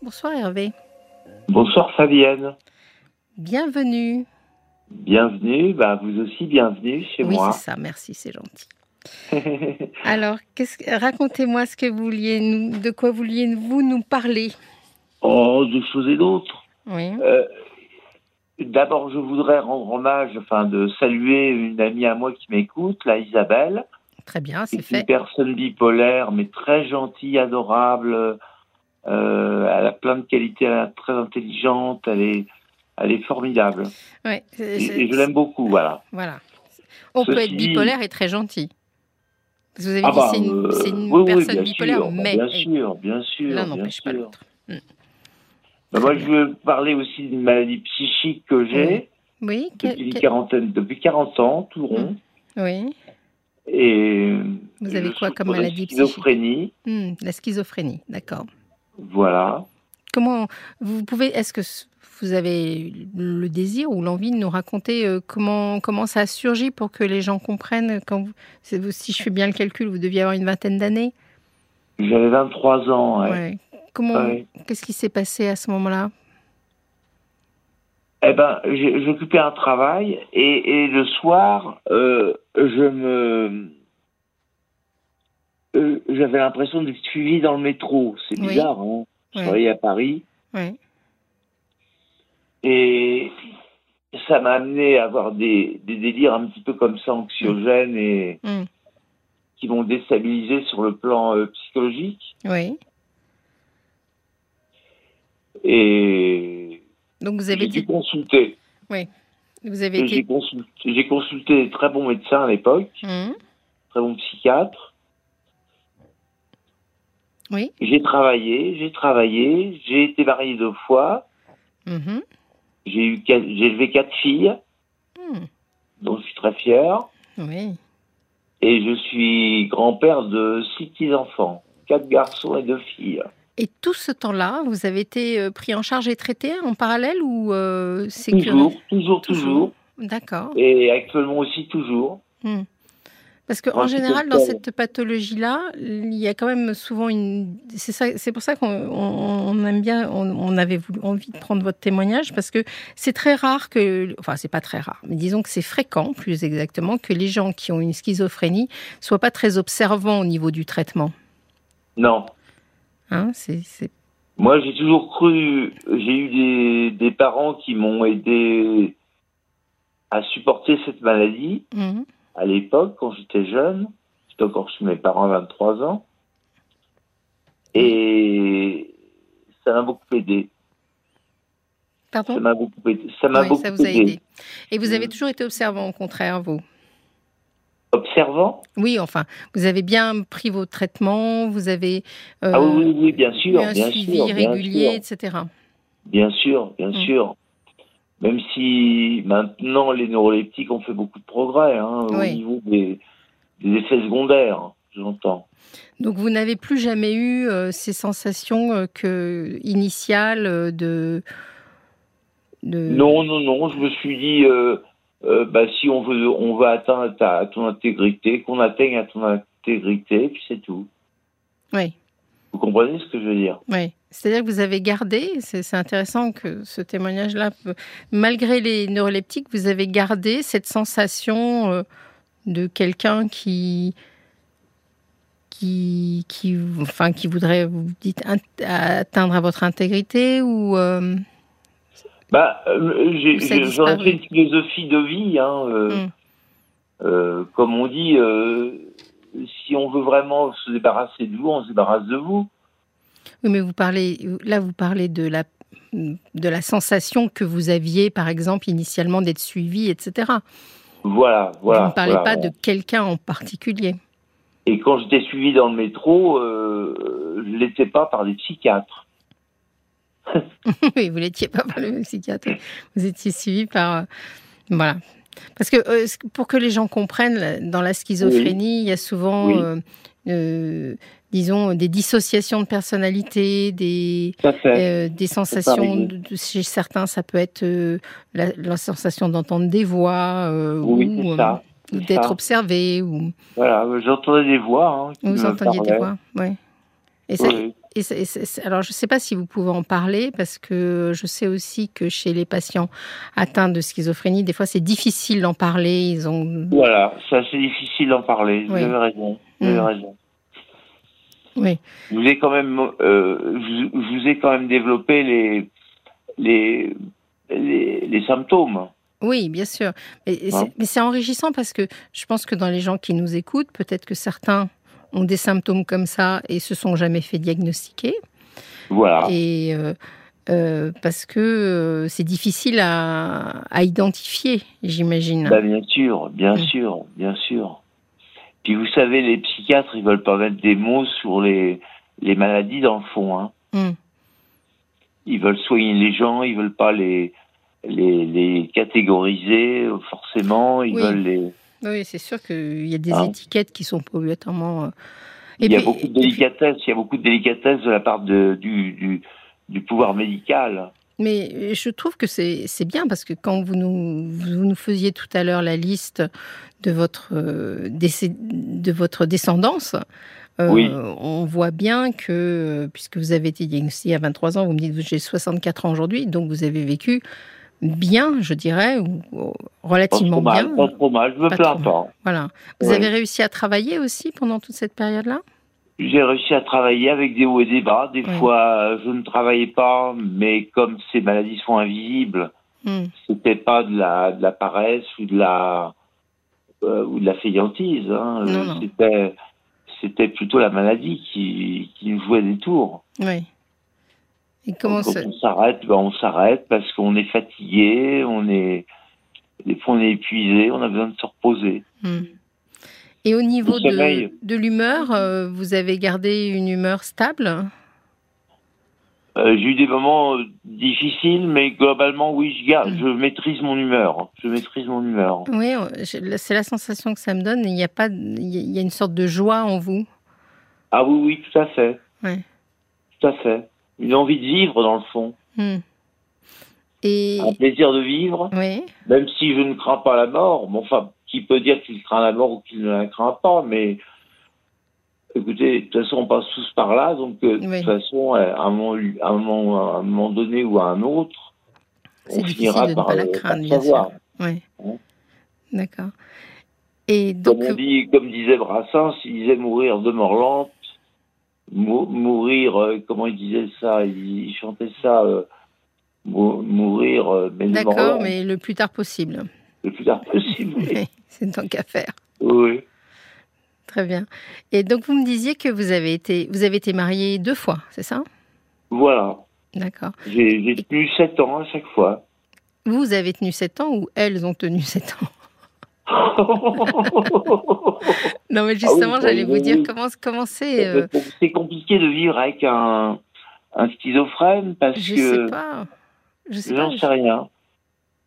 Bonsoir Hervé. Bonsoir Fabienne. Bienvenue. Bienvenue, bah vous aussi bienvenue chez oui, moi. c'est ça, merci, c'est gentil. Alors, qu'est-ce que- racontez-moi ce que vous vouliez nous, de quoi vouliez-vous nous parler Oh, de choses et d'autres. Oui. Euh, D'abord, je voudrais rendre hommage, enfin, de saluer une amie à moi qui m'écoute, la Isabelle, Très bien, c'est qui est une fait. personne bipolaire, mais très gentille, adorable. Euh, elle a plein de qualités, elle est très intelligente, elle est, elle est formidable. Ouais, c'est- Et, c'est- et je l'aime beaucoup, voilà. Voilà. On peut Ceci être dit- bipolaire et très gentil. Vous avez Ah dit bah, c'est une, euh, c'est une oui, oui, personne bien bipolaire, sûr, mais bien sûr, bien sûr, l'un bien n'empêche pas sûr. l'autre. Ben, Très moi, bien. je veux parler aussi d'une maladie psychique que j'ai Oui, que- depuis, une que- quarantaine, depuis 40 ans, tout rond. oui. Et Vous je avez quoi souffre comme de maladie schizophrénie, Hmm, la schizophrénie, d'accord. voilà. Comment vous pouvez Est-ce que s- vous avez le désir ou l'envie de nous raconter euh, comment comment ça a surgi pour que les gens comprennent quand vous, c'est vous- si je fais bien le calcul, vous deviez avoir une vingtaine d'années. J'avais 23 ans. ouais. Ouais. Comment Ouais. Qu'est-ce qui s'est passé à ce moment-là Eh ben, j'ai- j'occupais un travail et, et le soir, euh, je me... euh, J'avais l'impression d'être suivi dans le métro. C'est Oui. bizarre, hein Je Ouais. travaillais à Paris. Ouais. Et ça m'a amené à avoir des, des délires un petit peu comme ça, anxiogènes et Mm. qui m'ont déstabilisé sur le plan euh, psychologique. Oui. Et Donc vous avez j'ai été, dû consulter. vous avez Et été. J'ai consulté, j'ai consulté des très bons médecins à l'époque, Hmm. très bons psychiatres. Oui. J'ai travaillé, j'ai travaillé, j'ai été marié deux fois, Mhm. j'ai eu, quatre- j'ai élevé quatre filles, Hmm. dont je suis très fier, Oui. et je suis grand-père de six petits enfants, quatre garçons et deux filles. Et tout ce temps-là, vous avez été euh, pris en charge et traité en parallèle ou euh, c'est que- Toujours, toujours, toujours. D'accord. Et actuellement aussi toujours. Hmm. Parce que Moi, en je suis général, dans docteur. cette pathologie-là, il y a quand même souvent une. C'est ça. C'est pour ça qu'on on- on aime bien. On, on avait voulu- envie de prendre votre témoignage parce que c'est très rare que. Enfin, c'est pas très rare, mais disons que c'est fréquent, plus exactement, que les gens qui ont une schizophrénie soient pas très observants au niveau du traitement. Non. Hein, c'est, c'est- Moi, j'ai toujours cru, j'ai eu des, des parents qui m'ont aidé à supporter cette maladie Mhm. à l'époque, quand j'étais jeune. J'étais encore chez mes parents à 23 ans. Et ça m'a beaucoup aidé. Pardon. Ça m'a beaucoup aidé. Ça m'a Oui, beaucoup ça vous a aidé. aidé. Et vous avez Mm. toujours été observant, au contraire, vous. Observant Oui, enfin, vous avez bien pris vos traitements, vous avez euh, Ah oui, oui, oui, bien eu sûr, un bien suivi sûr, bien sûr. régulier, etc. Bien sûr, bien Mm. sûr. Même si maintenant les neuroleptiques ont fait beaucoup de progrès hein, Oui. au niveau des, des effets secondaires, j'entends. Donc vous n'avez plus jamais eu euh, ces sensations euh, que initiales euh, de, de Non, non, non, je me suis dit, euh, euh, bah, si on veut, on va atteindre ta, ton intégrité, qu'on atteigne à ton intégrité, puis c'est tout. Oui, Vous comprenez ce que je veux dire oui. C'est-à-dire que vous avez gardé, c'est c'est intéressant que ce témoignage-là, peut- malgré les neuroleptiques, vous avez gardé cette sensation euh, de quelqu'un qui, qui, qui, enfin, qui voudrait, vous dites, int- atteindre à votre intégrité ou... euh, Bah, euh, j'ai- Ça j'ai- j'aurais disparaît. fait une philosophie de vie, hein, euh, Mm. euh, comme on dit, euh, si on veut vraiment se débarrasser de vous, on se débarrasse de vous. Oui, mais vous parlez, là, vous parlez de la, de la sensation que vous aviez, par exemple, initialement d'être suivi, etc. Voilà, voilà. vous ne parlez voilà, pas voilà. de quelqu'un en particulier. Et quand j'étais suivi dans le métro, euh, je l'étais pas par des psychiatres. Oui, vous n'étiez pas par le psychiatre. Vous étiez suivi par. euh, Voilà. Parce que euh, ce- pour que les gens comprennent, la- dans la schizophrénie, il y a souvent, Oui. euh, euh, disons, des dissociations de personnalité, des, Tout à fait. Euh, des sensations, réglé. de- de- chez certains, ça peut être euh, la, la sensation d'entendre des voix euh, oui, ou, c'est euh, ça. ou c'est d'être ça. observé ou Voilà, j'entendais des voix. Hein, qui vous me entendiez des parlaient. voix. Ouais. Et, ça, Oui. Et c'est- c'est- c'est- alors, je ne sais pas si vous pouvez en parler, parce que je sais aussi que chez les patients atteints de schizophrénie, des fois, c'est difficile d'en parler. Ils ont. Voilà, c'est assez difficile d'en parler. Vous Oui. avez raison. Vous avez Mm. raison. Oui. Je vous ai quand même, euh, je, je vous ai quand même développé les les les, les symptômes. Oui, bien sûr. Mais et Hein c'est- mais c'est enrichissant parce que je pense que dans les gens qui nous écoutent, peut-être que certains ont des symptômes comme ça et se sont jamais fait diagnostiquer. Voilà. Et euh, euh, parce que euh, c'est difficile à, à identifier, j'imagine. Bah, bien sûr, bien Mm. sûr, bien sûr. Puis vous savez, les psychiatres, ils veulent pas mettre des mots sur les les maladies dans le fond. Hein. Mm. Ils veulent soigner les gens, ils veulent pas les les, les catégoriser euh, forcément. Ils Oui. veulent les Oui, c'est sûr qu'il y a des Hein étiquettes qui sont polluantement. euh, et Il y a puis- beaucoup de et puis- délicatesse, il y a beaucoup de délicatesse de la part de, du, du, du pouvoir médical. Mais je trouve que c'est c'est bien parce que quand vous nous, vous nous faisiez tout à l'heure la liste de votre, euh, décé- de votre descendance, euh, Oui. on voit bien que, euh, puisque vous avez été diagnostiqué à 23 ans, vous me dites que j'ai 64 ans aujourd'hui, donc vous avez vécu bien, je dirais, ou, ou Pas trop relativement mal, bien. pas trop mal, je me Pas plains trop pas. Voilà. Vous Oui. avez réussi à travailler aussi pendant toute cette période-là J'ai réussi à travailler avec des hauts et des bas. Des Oui. fois, euh, je ne travaillais pas, mais comme ces maladies sont invisibles, Hmm. c'était pas de la, de la paresse ou de la, euh, ou de la fainéantise. hein. Non, Euh, non. C'était, c'était plutôt la maladie qui, qui nous jouait des tours. Oui. Et comment Quand ça... on s'arrête, ben on s'arrête parce qu'on est fatigué, on est des fois on est épuisé, on a besoin de se reposer. Hmm. Et au niveau Le sommeil. de, de l'humeur, euh, vous avez gardé une humeur stable Euh, j'ai eu des moments euh, difficiles, mais globalement oui, je garde, Mm. je maîtrise mon humeur, hein. je maîtrise mon humeur. hein. Oui, on- je- c'est la sensation que ça me donne. Il y a pas, de- il y a- il y a une sorte de joie en vous. Ah oui oui, tout à fait. Ouais. Tout à fait. Une envie de vivre dans le fond, Hmm. Et un plaisir de vivre, oui, même si je ne crains pas la mort. Bon, enfin, qui peut dire qu'il craint la mort ou qu'il ne la craint pas, mais écoutez, de toute façon, on passe tous par là, donc euh, de Oui. toute façon, euh, à un moment, à un moment- à un moment donné ou à un autre, C'est on difficile finira de ne par, pas la euh, par craindre, bien savoir. ouais. Bon. d'accord. Et Comme, donc, euh, on dit, comme disait Brassens, il disait mourir de mort lente, mou- mourir, euh, comment il disait ça il, il chantait ça, euh, mou- mourir, euh, mais de mort d'accord, lente, mais le plus tard possible. le plus tard possible. oui. c'est tant qu'à faire. oui. Très bien. Et donc, vous me disiez que vous avez été, vous avez été marié deux fois, c'est ça Voilà. D'accord. J'ai j'ai tenu 7 ans à chaque fois. Vous avez tenu 7 ans ou elles ont tenu 7 ans Non, mais justement, Ah oui, j'allais oui, vous oui, Eh ben, dire oui. comment, comment c'est. euh, C'est compliqué de vivre avec un, un schizophrène parce je sais que pas. Je sais pas. j'en sais rien.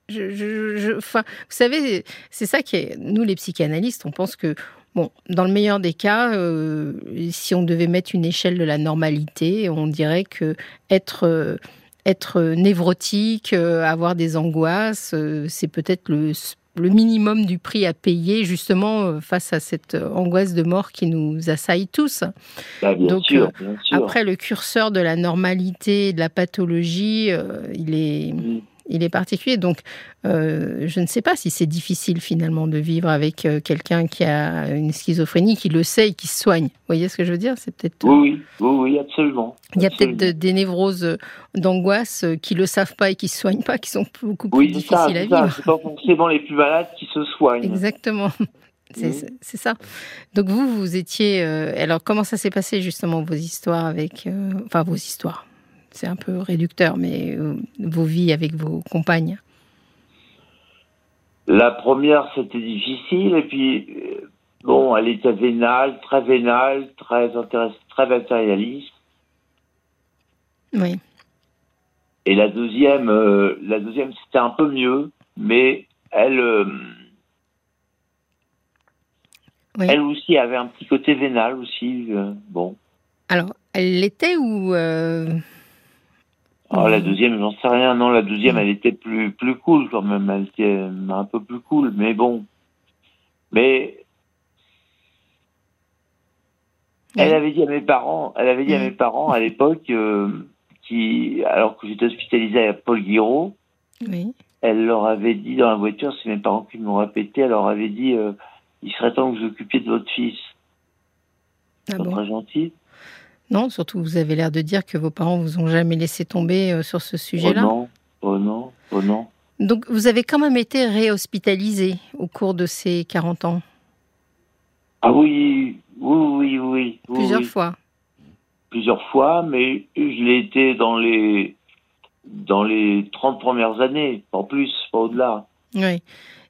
Je, je- je- enfin, vous savez, c'est ça qui est. Nous, les psychanalystes, on pense que. Bon, dans le meilleur des cas, euh, si on devait mettre une échelle de la normalité, on dirait que être euh, être névrotique, euh, avoir des angoisses, euh, c'est peut-être le le minimum du prix à payer justement euh, face à cette angoisse de mort qui nous assaille tous. Bah, bien Donc, euh, sûr, bien sûr. Après, le curseur de la normalité, et de la pathologie, euh, il, est, Mm. il est particulier. Donc, euh, je ne sais pas si c'est difficile finalement de vivre avec euh, quelqu'un qui a une schizophrénie, qui le sait et qui se soigne. Vous voyez ce que je veux dire C'est peut-être. Oui, oui, oui, oui, absolument. il y a absolument. peut-être de- des névroses euh, d'angoisse euh, qui le savent pas et qui se soignent pas, qui sont beaucoup plus Oui, c'est ça, difficiles à c'est vivre. ça. C'est pas forcément les plus malades qui se soignent. Exactement. C'est Mhm. c'est- c'est ça. Donc vous, vous étiez. euh, alors comment ça s'est passé justement vos histoires avec, euh, enfin vos histoires. C'est un peu réducteur, mais euh, vos vies avec vos compagnes. La première, c'était difficile, et puis, euh, bon, elle était vénale, très vénale, très intéressante, très matérialiste. Oui. Et la deuxième, euh, la deuxième, c'était un peu mieux, mais elle, euh, Oui. elle aussi avait un petit côté vénal aussi. euh, bon, Alors elle l'était ou euh, Alors, la deuxième, j'en sais rien. Non, la deuxième, Mm. elle était plus plus cool quand même. Elle était euh, un peu plus cool, mais bon, mais Elle avait dit à mes parents, elle avait dit à mes parents à l'époque, euh, qui, alors que j'étais hospitalisé à Paul Guiraud, Oui. elle leur avait dit dans la voiture, c'est mes parents qui me l'ont répété, elle leur avait dit, euh, il serait temps que vous vous occupiez de votre fils. Ah Pas bon. Très gentil. Non, surtout vous avez l'air de dire que vos parents vous ont jamais laissé tomber euh, sur ce Oh sujet-là. non, oh non, oh non. Donc vous avez quand même été réhospitalisé au cours de ces 40 ans, Ah oui, oui, oui, oui. oui, plusieurs oui. fois. plusieurs fois, mais je l'ai été dans les dans les 30 premières années, en plus, pas au-delà. Oui.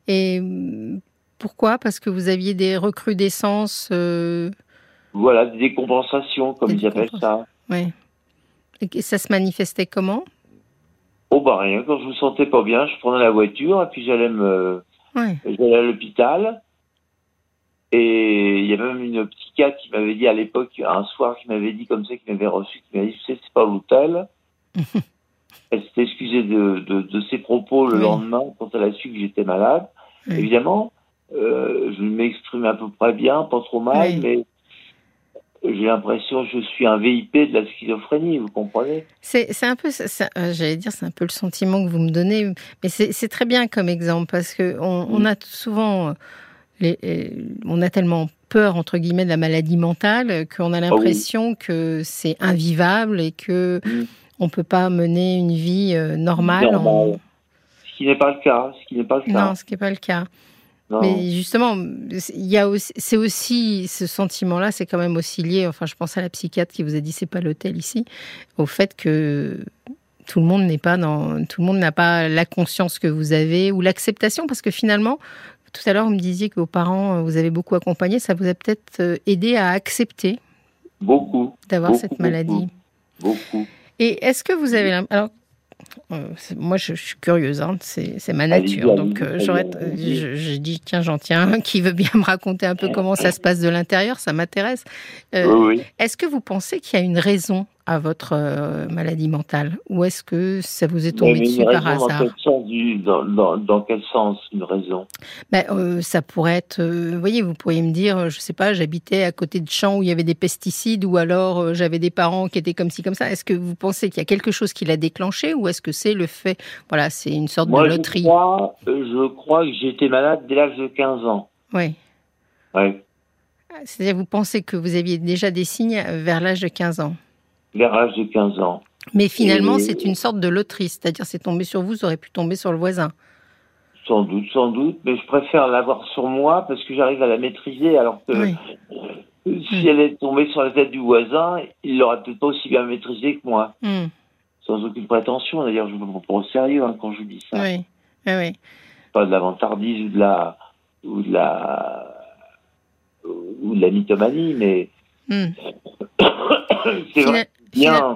Et euh, pourquoi Parce que vous aviez des recrudescences. euh, Voilà, des compensations, comme Des ils appellent ça. ouais. Et que ça se manifestait comment Oh bah rien, quand je me sentais pas bien, je prenais la voiture et puis j'allais me Ouais. j'allais à l'hôpital. Et il y a même une psychiatre qui m'avait dit à l'époque, un soir, qui m'avait dit comme ça, qui m'avait reçu, qui m'avait dit, tu sais, c'est pas l'hôtel. elle s'était excusée de, de, de ses propos le Oui. lendemain quand elle a su que j'étais malade. Oui. Évidemment, euh, je m'exprime à peu près bien, pas trop mal, Oui. mais j'ai l'impression que je suis un VIP de la schizophrénie, vous comprenez C'est c'est un peu, ça- ça- euh, j'allais dire, c'est un peu le sentiment que vous me donnez, mais c'est c'est très bien comme exemple parce que on, on a t- souvent, euh, les- euh, on a tellement peur entre guillemets de la maladie mentale euh, qu'on a l'impression que c'est invivable et que Mm. on peut pas mener une vie euh, normale. en- Normal. Ce qui n'est pas le cas, ce qui n'est pas le cas. Non, ce qui n'est pas le cas. Non. Mais justement, il y a aussi, c'est aussi ce sentiment-là, c'est quand même aussi lié. Enfin, je pense à la psychiatre qui vous a dit c'est pas l'hôtel ici, au fait que tout le monde n'est pas dans, tout le monde n'a pas la conscience que vous avez ou l'acceptation, parce que finalement, tout à l'heure vous me disiez que vos parents euh, vous avez beaucoup accompagné, ça vous a peut-être euh, aidé à accepter Beaucoup, d'avoir Beaucoup, cette maladie. beaucoup. Et est-ce que vous avez l'im- alors euh, c'est- moi, je, je suis curieuse, hein, c'est c'est ma Allez-y, nature. allez-y, Donc, euh, allez-y, j'aurais, allez-y. je, je dis, tiens, j'en tiens un qui veut bien me raconter un peu comment ça se passe de l'intérieur, ça m'intéresse. Euh, Oui, oui. Est-ce que vous pensez qu'il y a une raison à votre euh, maladie mentale Ou est-ce que ça vous est Mais tombé une dessus par raison, dans hasard quel sens, du- dans, dans- dans quel sens une raison Ben, euh, Ça pourrait être, euh, vous voyez, vous pourriez me dire, euh, je sais pas, j'habitais à côté de champs où il y avait des pesticides ou alors euh, j'avais des parents qui étaient comme ci, comme ça. Est-ce que vous pensez qu'il y a quelque chose qui l'a déclenché ou est-ce que c'est le fait, voilà, c'est une sorte Moi, de je loterie crois, euh, je crois que j'étais malade dès l'âge de 15 ans. Oui. Ouais. C'est-à-dire, vous pensez que vous aviez déjà des signes euh, vers l'âge de 15 ans. Vers l'âge de 15 ans. Mais finalement, Et- c'est une sorte de loterie. C'est-à-dire, c'est tombé sur vous, ça aurait pu tomber sur le voisin. Sans doute, sans doute, mais je préfère l'avoir sur moi parce que j'arrive à la maîtriser alors que euh, Oui. si elle est tombée sur la tête du voisin, il l'aurait peut-être pas aussi bien maîtrisée que moi. Hmm. Sans aucune prétention, d'ailleurs, je me prends au sérieux hein, quand je vous dis ça. Oui. Oui, oui. Pas de la vantardise ou de la, ou de la, ou de la mythomanie, mais euh, Hmm. c'est Fina- vrai. fina- Bien,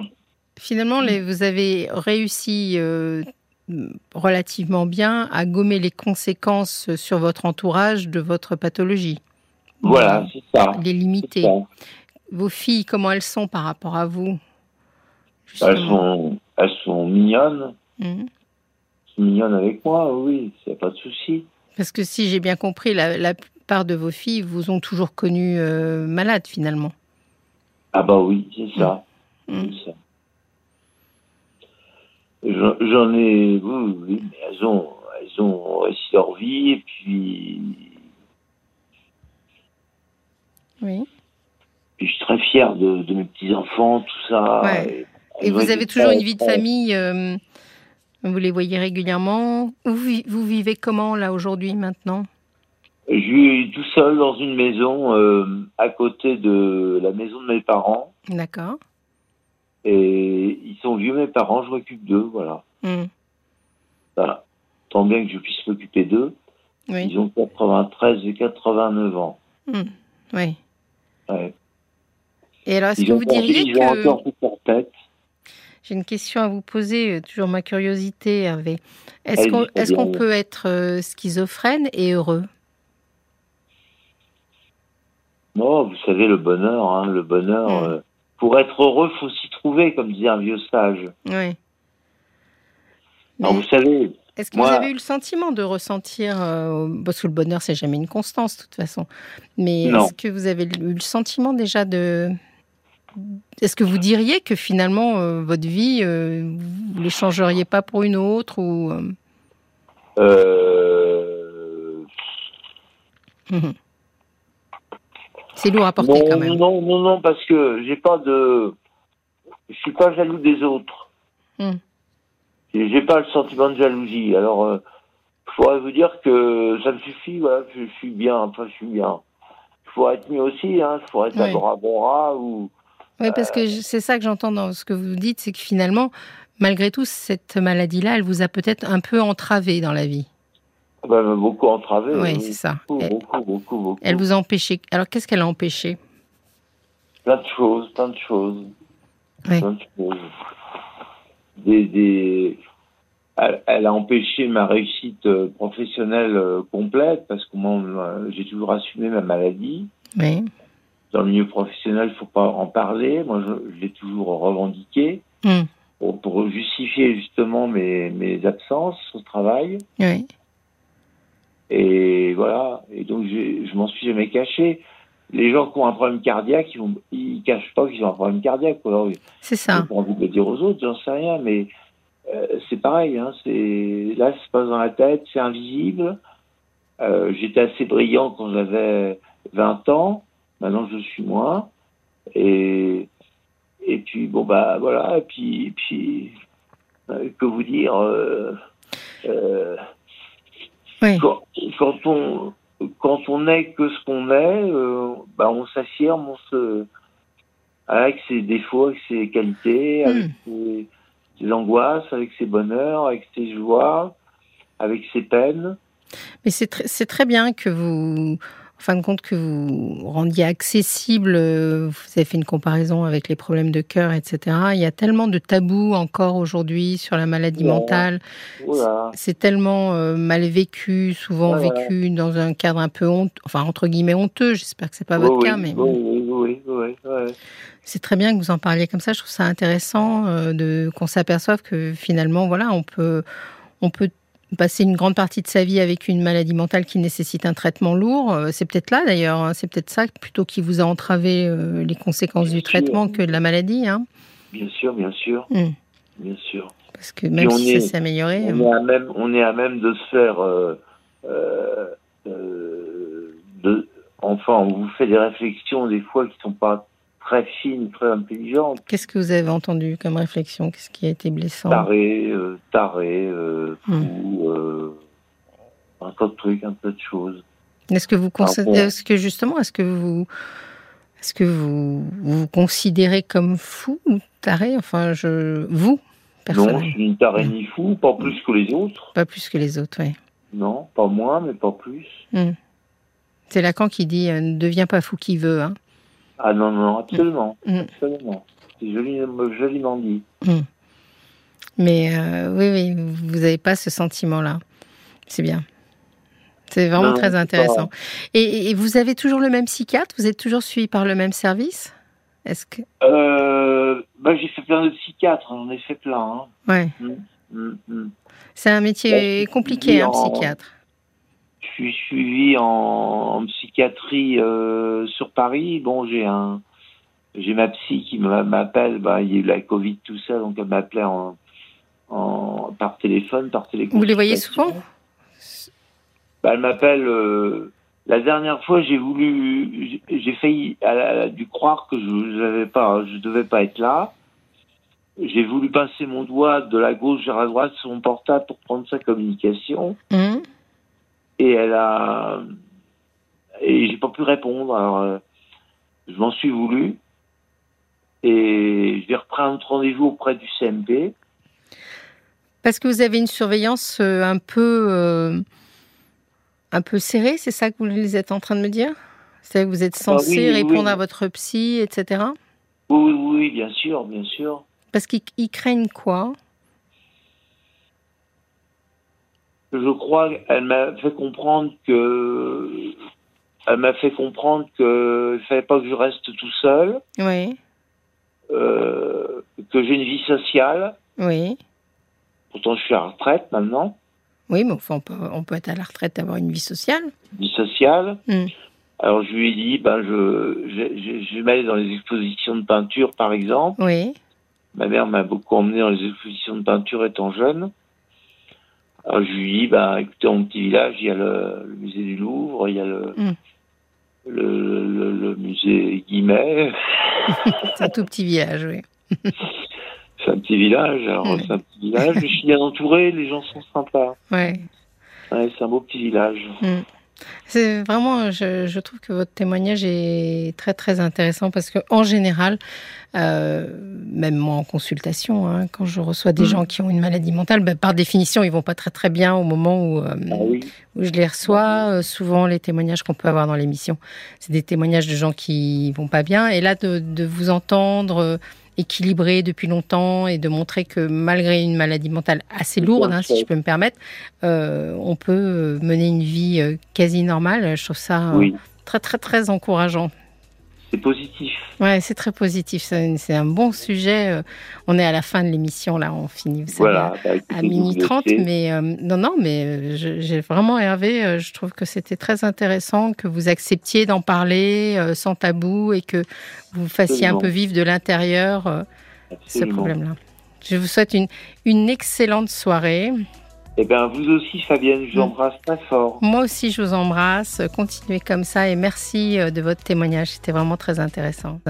finalement, les- vous avez réussi euh, relativement bien à gommer les conséquences sur votre entourage de votre pathologie. voilà, c'est ça. Les c'est limiter. ça. Vos filles, comment elles sont par rapport à vous Elles justement sont, elles sont mignonnes, Hmm. mignonnes avec moi, oui, il n'y a pas de souci. Parce que si j'ai bien compris, la, la plupart de vos filles vous ont toujours connu euh, malade finalement. Ah bah oui, c'est ça. Mm. C'est ça. J'en j'en ai, oui, oui, mais elles ont, elles ont réussi leur vie et puis, Oui. puis je suis très fier de, de mes petits enfants, tout ça. Ouais. Et elles ont vous été avez toujours très- une vie de très- famille, euh, vous les voyez régulièrement. Vous, vi- vous vivez comment là aujourd'hui maintenant Je vis tout seul dans une maison euh, à côté de la maison de mes parents D'accord. et ils sont vieux mes parents, je m'occupe d'eux, voilà. Hmm. Voilà. Bah, Tant bien que je puisse m'occuper d'eux. Oui. Ils ont 93 et 89 ans. Oui. Ouais. Et alors, est-ce Ils que ont vous encore- diriez ils ont que encore toute leur tête. j'ai une question à vous poser, euh, toujours ma curiosité, Hervé. Est-ce Allez-y, qu'on est-ce qu'on Fabienne. peut être euh, schizophrène et heureux Non, vous savez, le bonheur, hein, le bonheur. Mm. euh, pour être heureux, faut s'y trouver, comme disait un vieux sage. Oui. Alors, Mais- vous savez, Est-ce que Moi- vous avez eu le sentiment de ressentir, euh, parce que le bonheur, c'est jamais une constance, de toute façon, mais Non. est-ce que vous avez eu le sentiment déjà de... Est-ce que vous diriez que finalement, euh, votre vie, euh, vous ne l'échangeriez pas pour une autre ou... euh, Euh, Mhm. C'est lourd à porter non, quand même. non, non, non, parce que j'ai pas de, je suis pas jaloux des autres. Hmm. J'ai j'ai pas le sentiment de jalousie. Alors, euh, je pourrais vous dire que ça me suffit. Voilà, je, je suis bien. Enfin, je suis bien. Je pourrais être mieux aussi. Hein, je pourrais être Oui. à Bora Bora ou. Oui, parce que je- c'est ça que j'entends dans ce que vous dites, c'est que finalement, malgré tout, cette maladie-là, elle vous a peut-être un peu entravé dans la vie. Ben, ben, beaucoup entravé. Oui, oui. c'est ça. beaucoup, Elle- beaucoup, beaucoup, beaucoup. Elle vous a empêché. Alors, qu'est-ce qu'elle a empêché Plein de choses, plein de choses. Oui. Plein de choses. Des, des... Elle, elle a empêché ma réussite euh, professionnelle euh, complète parce que moi, euh, j'ai toujours assumé ma maladie. Oui. Dans le milieu professionnel, faut pas en parler. Moi, je, je l'ai toujours revendiqué Mm. pour, pour justifier justement mes, mes absences au travail. Oui. Et voilà. Et donc, j'ai- je m'en suis jamais caché. Les gens qui ont un problème cardiaque, ils, vont, ils cachent pas qu'ils ont un problème cardiaque. Ou alors, C'est J'ai ça. pas envie de le dire aux autres, j'en sais rien, mais euh, c'est pareil. Hein, c'est là, ça se passe dans la tête, c'est invisible. Euh, J'étais assez brillant quand j'avais 20 ans. Maintenant, je suis moins. Et et puis bon bah voilà. Et puis et puis euh, que vous dire euh, euh, Oui. quand, quand on quand on est que ce qu'on est, euh, bah on s'affirme, on se avec ses défauts, avec ses qualités, Mm. avec ses, ses angoisses, avec ses bonheurs, avec ses joies, avec ses peines. Mais c'est tr- c'est très bien que vous, en fin de compte, que vous rendiez accessible. euh, Vous avez fait une comparaison avec les problèmes de cœur, etc. Il y a tellement de tabous encore aujourd'hui sur la maladie Ouais. mentale. Voilà. C'est tellement euh, mal vécu, souvent Ouais, vécu dans un cadre un peu honteux, enfin entre guillemets honteux, j'espère que c'est pas Oui, votre oui, cas, mais oui, oui, oui, oui, oui. c'est très bien que vous en parliez comme ça, je trouve ça intéressant euh, de qu'on s'aperçoive que finalement, voilà, on peut, on peut passer une grande partie de sa vie avec une maladie mentale qui nécessite un traitement lourd. Euh, C'est peut-être là d'ailleurs, hein, c'est peut-être ça plutôt qui vous a entravé euh, les conséquences Bien du sûr. traitement que de la maladie, hein, Bien sûr, bien sûr, Mm. bien sûr. parce que même on si est- ça s'est amélioré, On euh, est à même, on est à même de se faire. euh, euh, euh, de, enfin, on vous fait des réflexions des fois qui sont pas très fines, très intelligentes. qu'est-ce que vous avez entendu comme réflexion Qu'est-ce qui a été blessant Taré, euh, taré, euh, fou, Hmm. euh, un tas de trucs, un tas de choses. Est-ce que vous Ah, considérez, Pardon. est-ce que justement, est-ce que vous, est-ce que vous vous vous considérez comme fou ou taré Enfin, je, vous Non, je personnellement, suis ni taré ni fou, pas plus que les autres. pas plus que les autres. ouais. Non, pas moins, mais pas plus. C'est Lacan qui dit euh, ne deviens pas fou qui veut. hein. Ah non, non, absolument, Mm. absolument. C'est joli, joliment dit. Mais euh, oui, oui, vous n'avez pas ce sentiment-là. C'est bien. C'est vraiment Non, très c'est intéressant. Et- Et, et vous avez toujours le même psychiatre Vous êtes toujours suivi par le même service Est-ce que Euh, bah, j'ai fait plein de psychiatres, j'en ai fait plein. hein. ouais, Mm, mm. c'est un métier Ouais, compliqué, un en- psychiatre. Je suis suivi en, en psychiatrie euh, sur Paris. Bon, j'ai un, j'ai ma psy qui m'a- m'appelle. Bah, il y a eu la Covid, tout ça, donc elle m'appelait en, en par téléphone, par téléconsultation. Vous les voyez souvent Bah, Elle m'appelle. euh, la dernière fois, j'ai voulu, j'ai- j'ai failli, elle a, elle a dû croire que je n'avais pas, je devais pas être là. J'ai voulu passer mon doigt de la gauche vers la droite sur mon portable pour prendre sa communication. Hum, et elle a et j'ai pas pu répondre alors euh, je m'en suis voulu et je vais reprendre un autre rendez-vous auprès du CMP Parce que vous avez une surveillance euh, un peu, euh, un peu serrée, c'est ça que vous les êtes en train de me dire C'est-à-dire que vous êtes Ah oui, censé oui, répondre oui. à votre psy, etc. oui oui, oui bien sûr bien sûr Parce qu'ils ils craignent quoi je crois qu'elle m'a fait comprendre que elle m'a fait comprendre que il fallait pas que je reste tout seul Oui, euh, que j'ai une vie sociale oui, pourtant je suis à la retraite maintenant Oui, mais enfin, on peut, on peut être à la retraite, avoir une vie sociale. vie sociale. Mm. Alors je lui ai dit, ben je, je, je, je m'allais dans les expositions de peinture par exemple. Oui. Ma mère m'a beaucoup emmené dans les expositions de peinture étant jeune. Alors je lui ai dit, ben écoutez, en petit village, il y a le, le musée du Louvre, il y a le, Mm. le, le- le musée Guimet. C'est un tout petit village, oui. C'est un petit village, alors Mm. c'est un petit village, mais je suis bien entouré, les gens sont sympas. Ouais. Ouais, c'est un beau petit village. C'est vraiment, je, je trouve que votre témoignage est très très intéressant parce que en général, euh, même moi en consultation, hein, quand je reçois des Mhm. gens qui ont une maladie mentale, ben, par définition, ils vont pas très très bien au moment où, euh, Ah oui. où je les reçois. Euh, souvent, les témoignages qu'on peut avoir dans l'émission, c'est des témoignages de gens qui vont pas bien. Et là, de, de vous entendre euh, équilibré depuis longtemps et de montrer que malgré une maladie mentale assez lourde, hein, si je peux me permettre, euh, on peut euh, mener une vie euh, quasi normale. Je trouve ça euh, Oui, très très très encourageant. c'est positif. Ouais, c'est très positif. C'est un- c'est un bon sujet. euh, On est à la fin de l'émission là, on finit. Vous savez, Voilà. bah, à écoutez, minuit vous le 30, faites. mais euh, non, non, mais euh, je- j'ai vraiment Hervé, euh, je trouve que c'était très intéressant que vous acceptiez d'en parler euh, sans tabou et que vous fassiez un Absolument. peu vivre de l'intérieur euh, ce Absolument. problème-là. Je vous souhaite une, une excellente soirée. Eh bien, vous aussi, Fabienne, je vous Mm. embrasse très fort. Moi aussi, je vous embrasse. Continuez comme ça et merci euh, de votre témoignage. C'était vraiment très intéressant.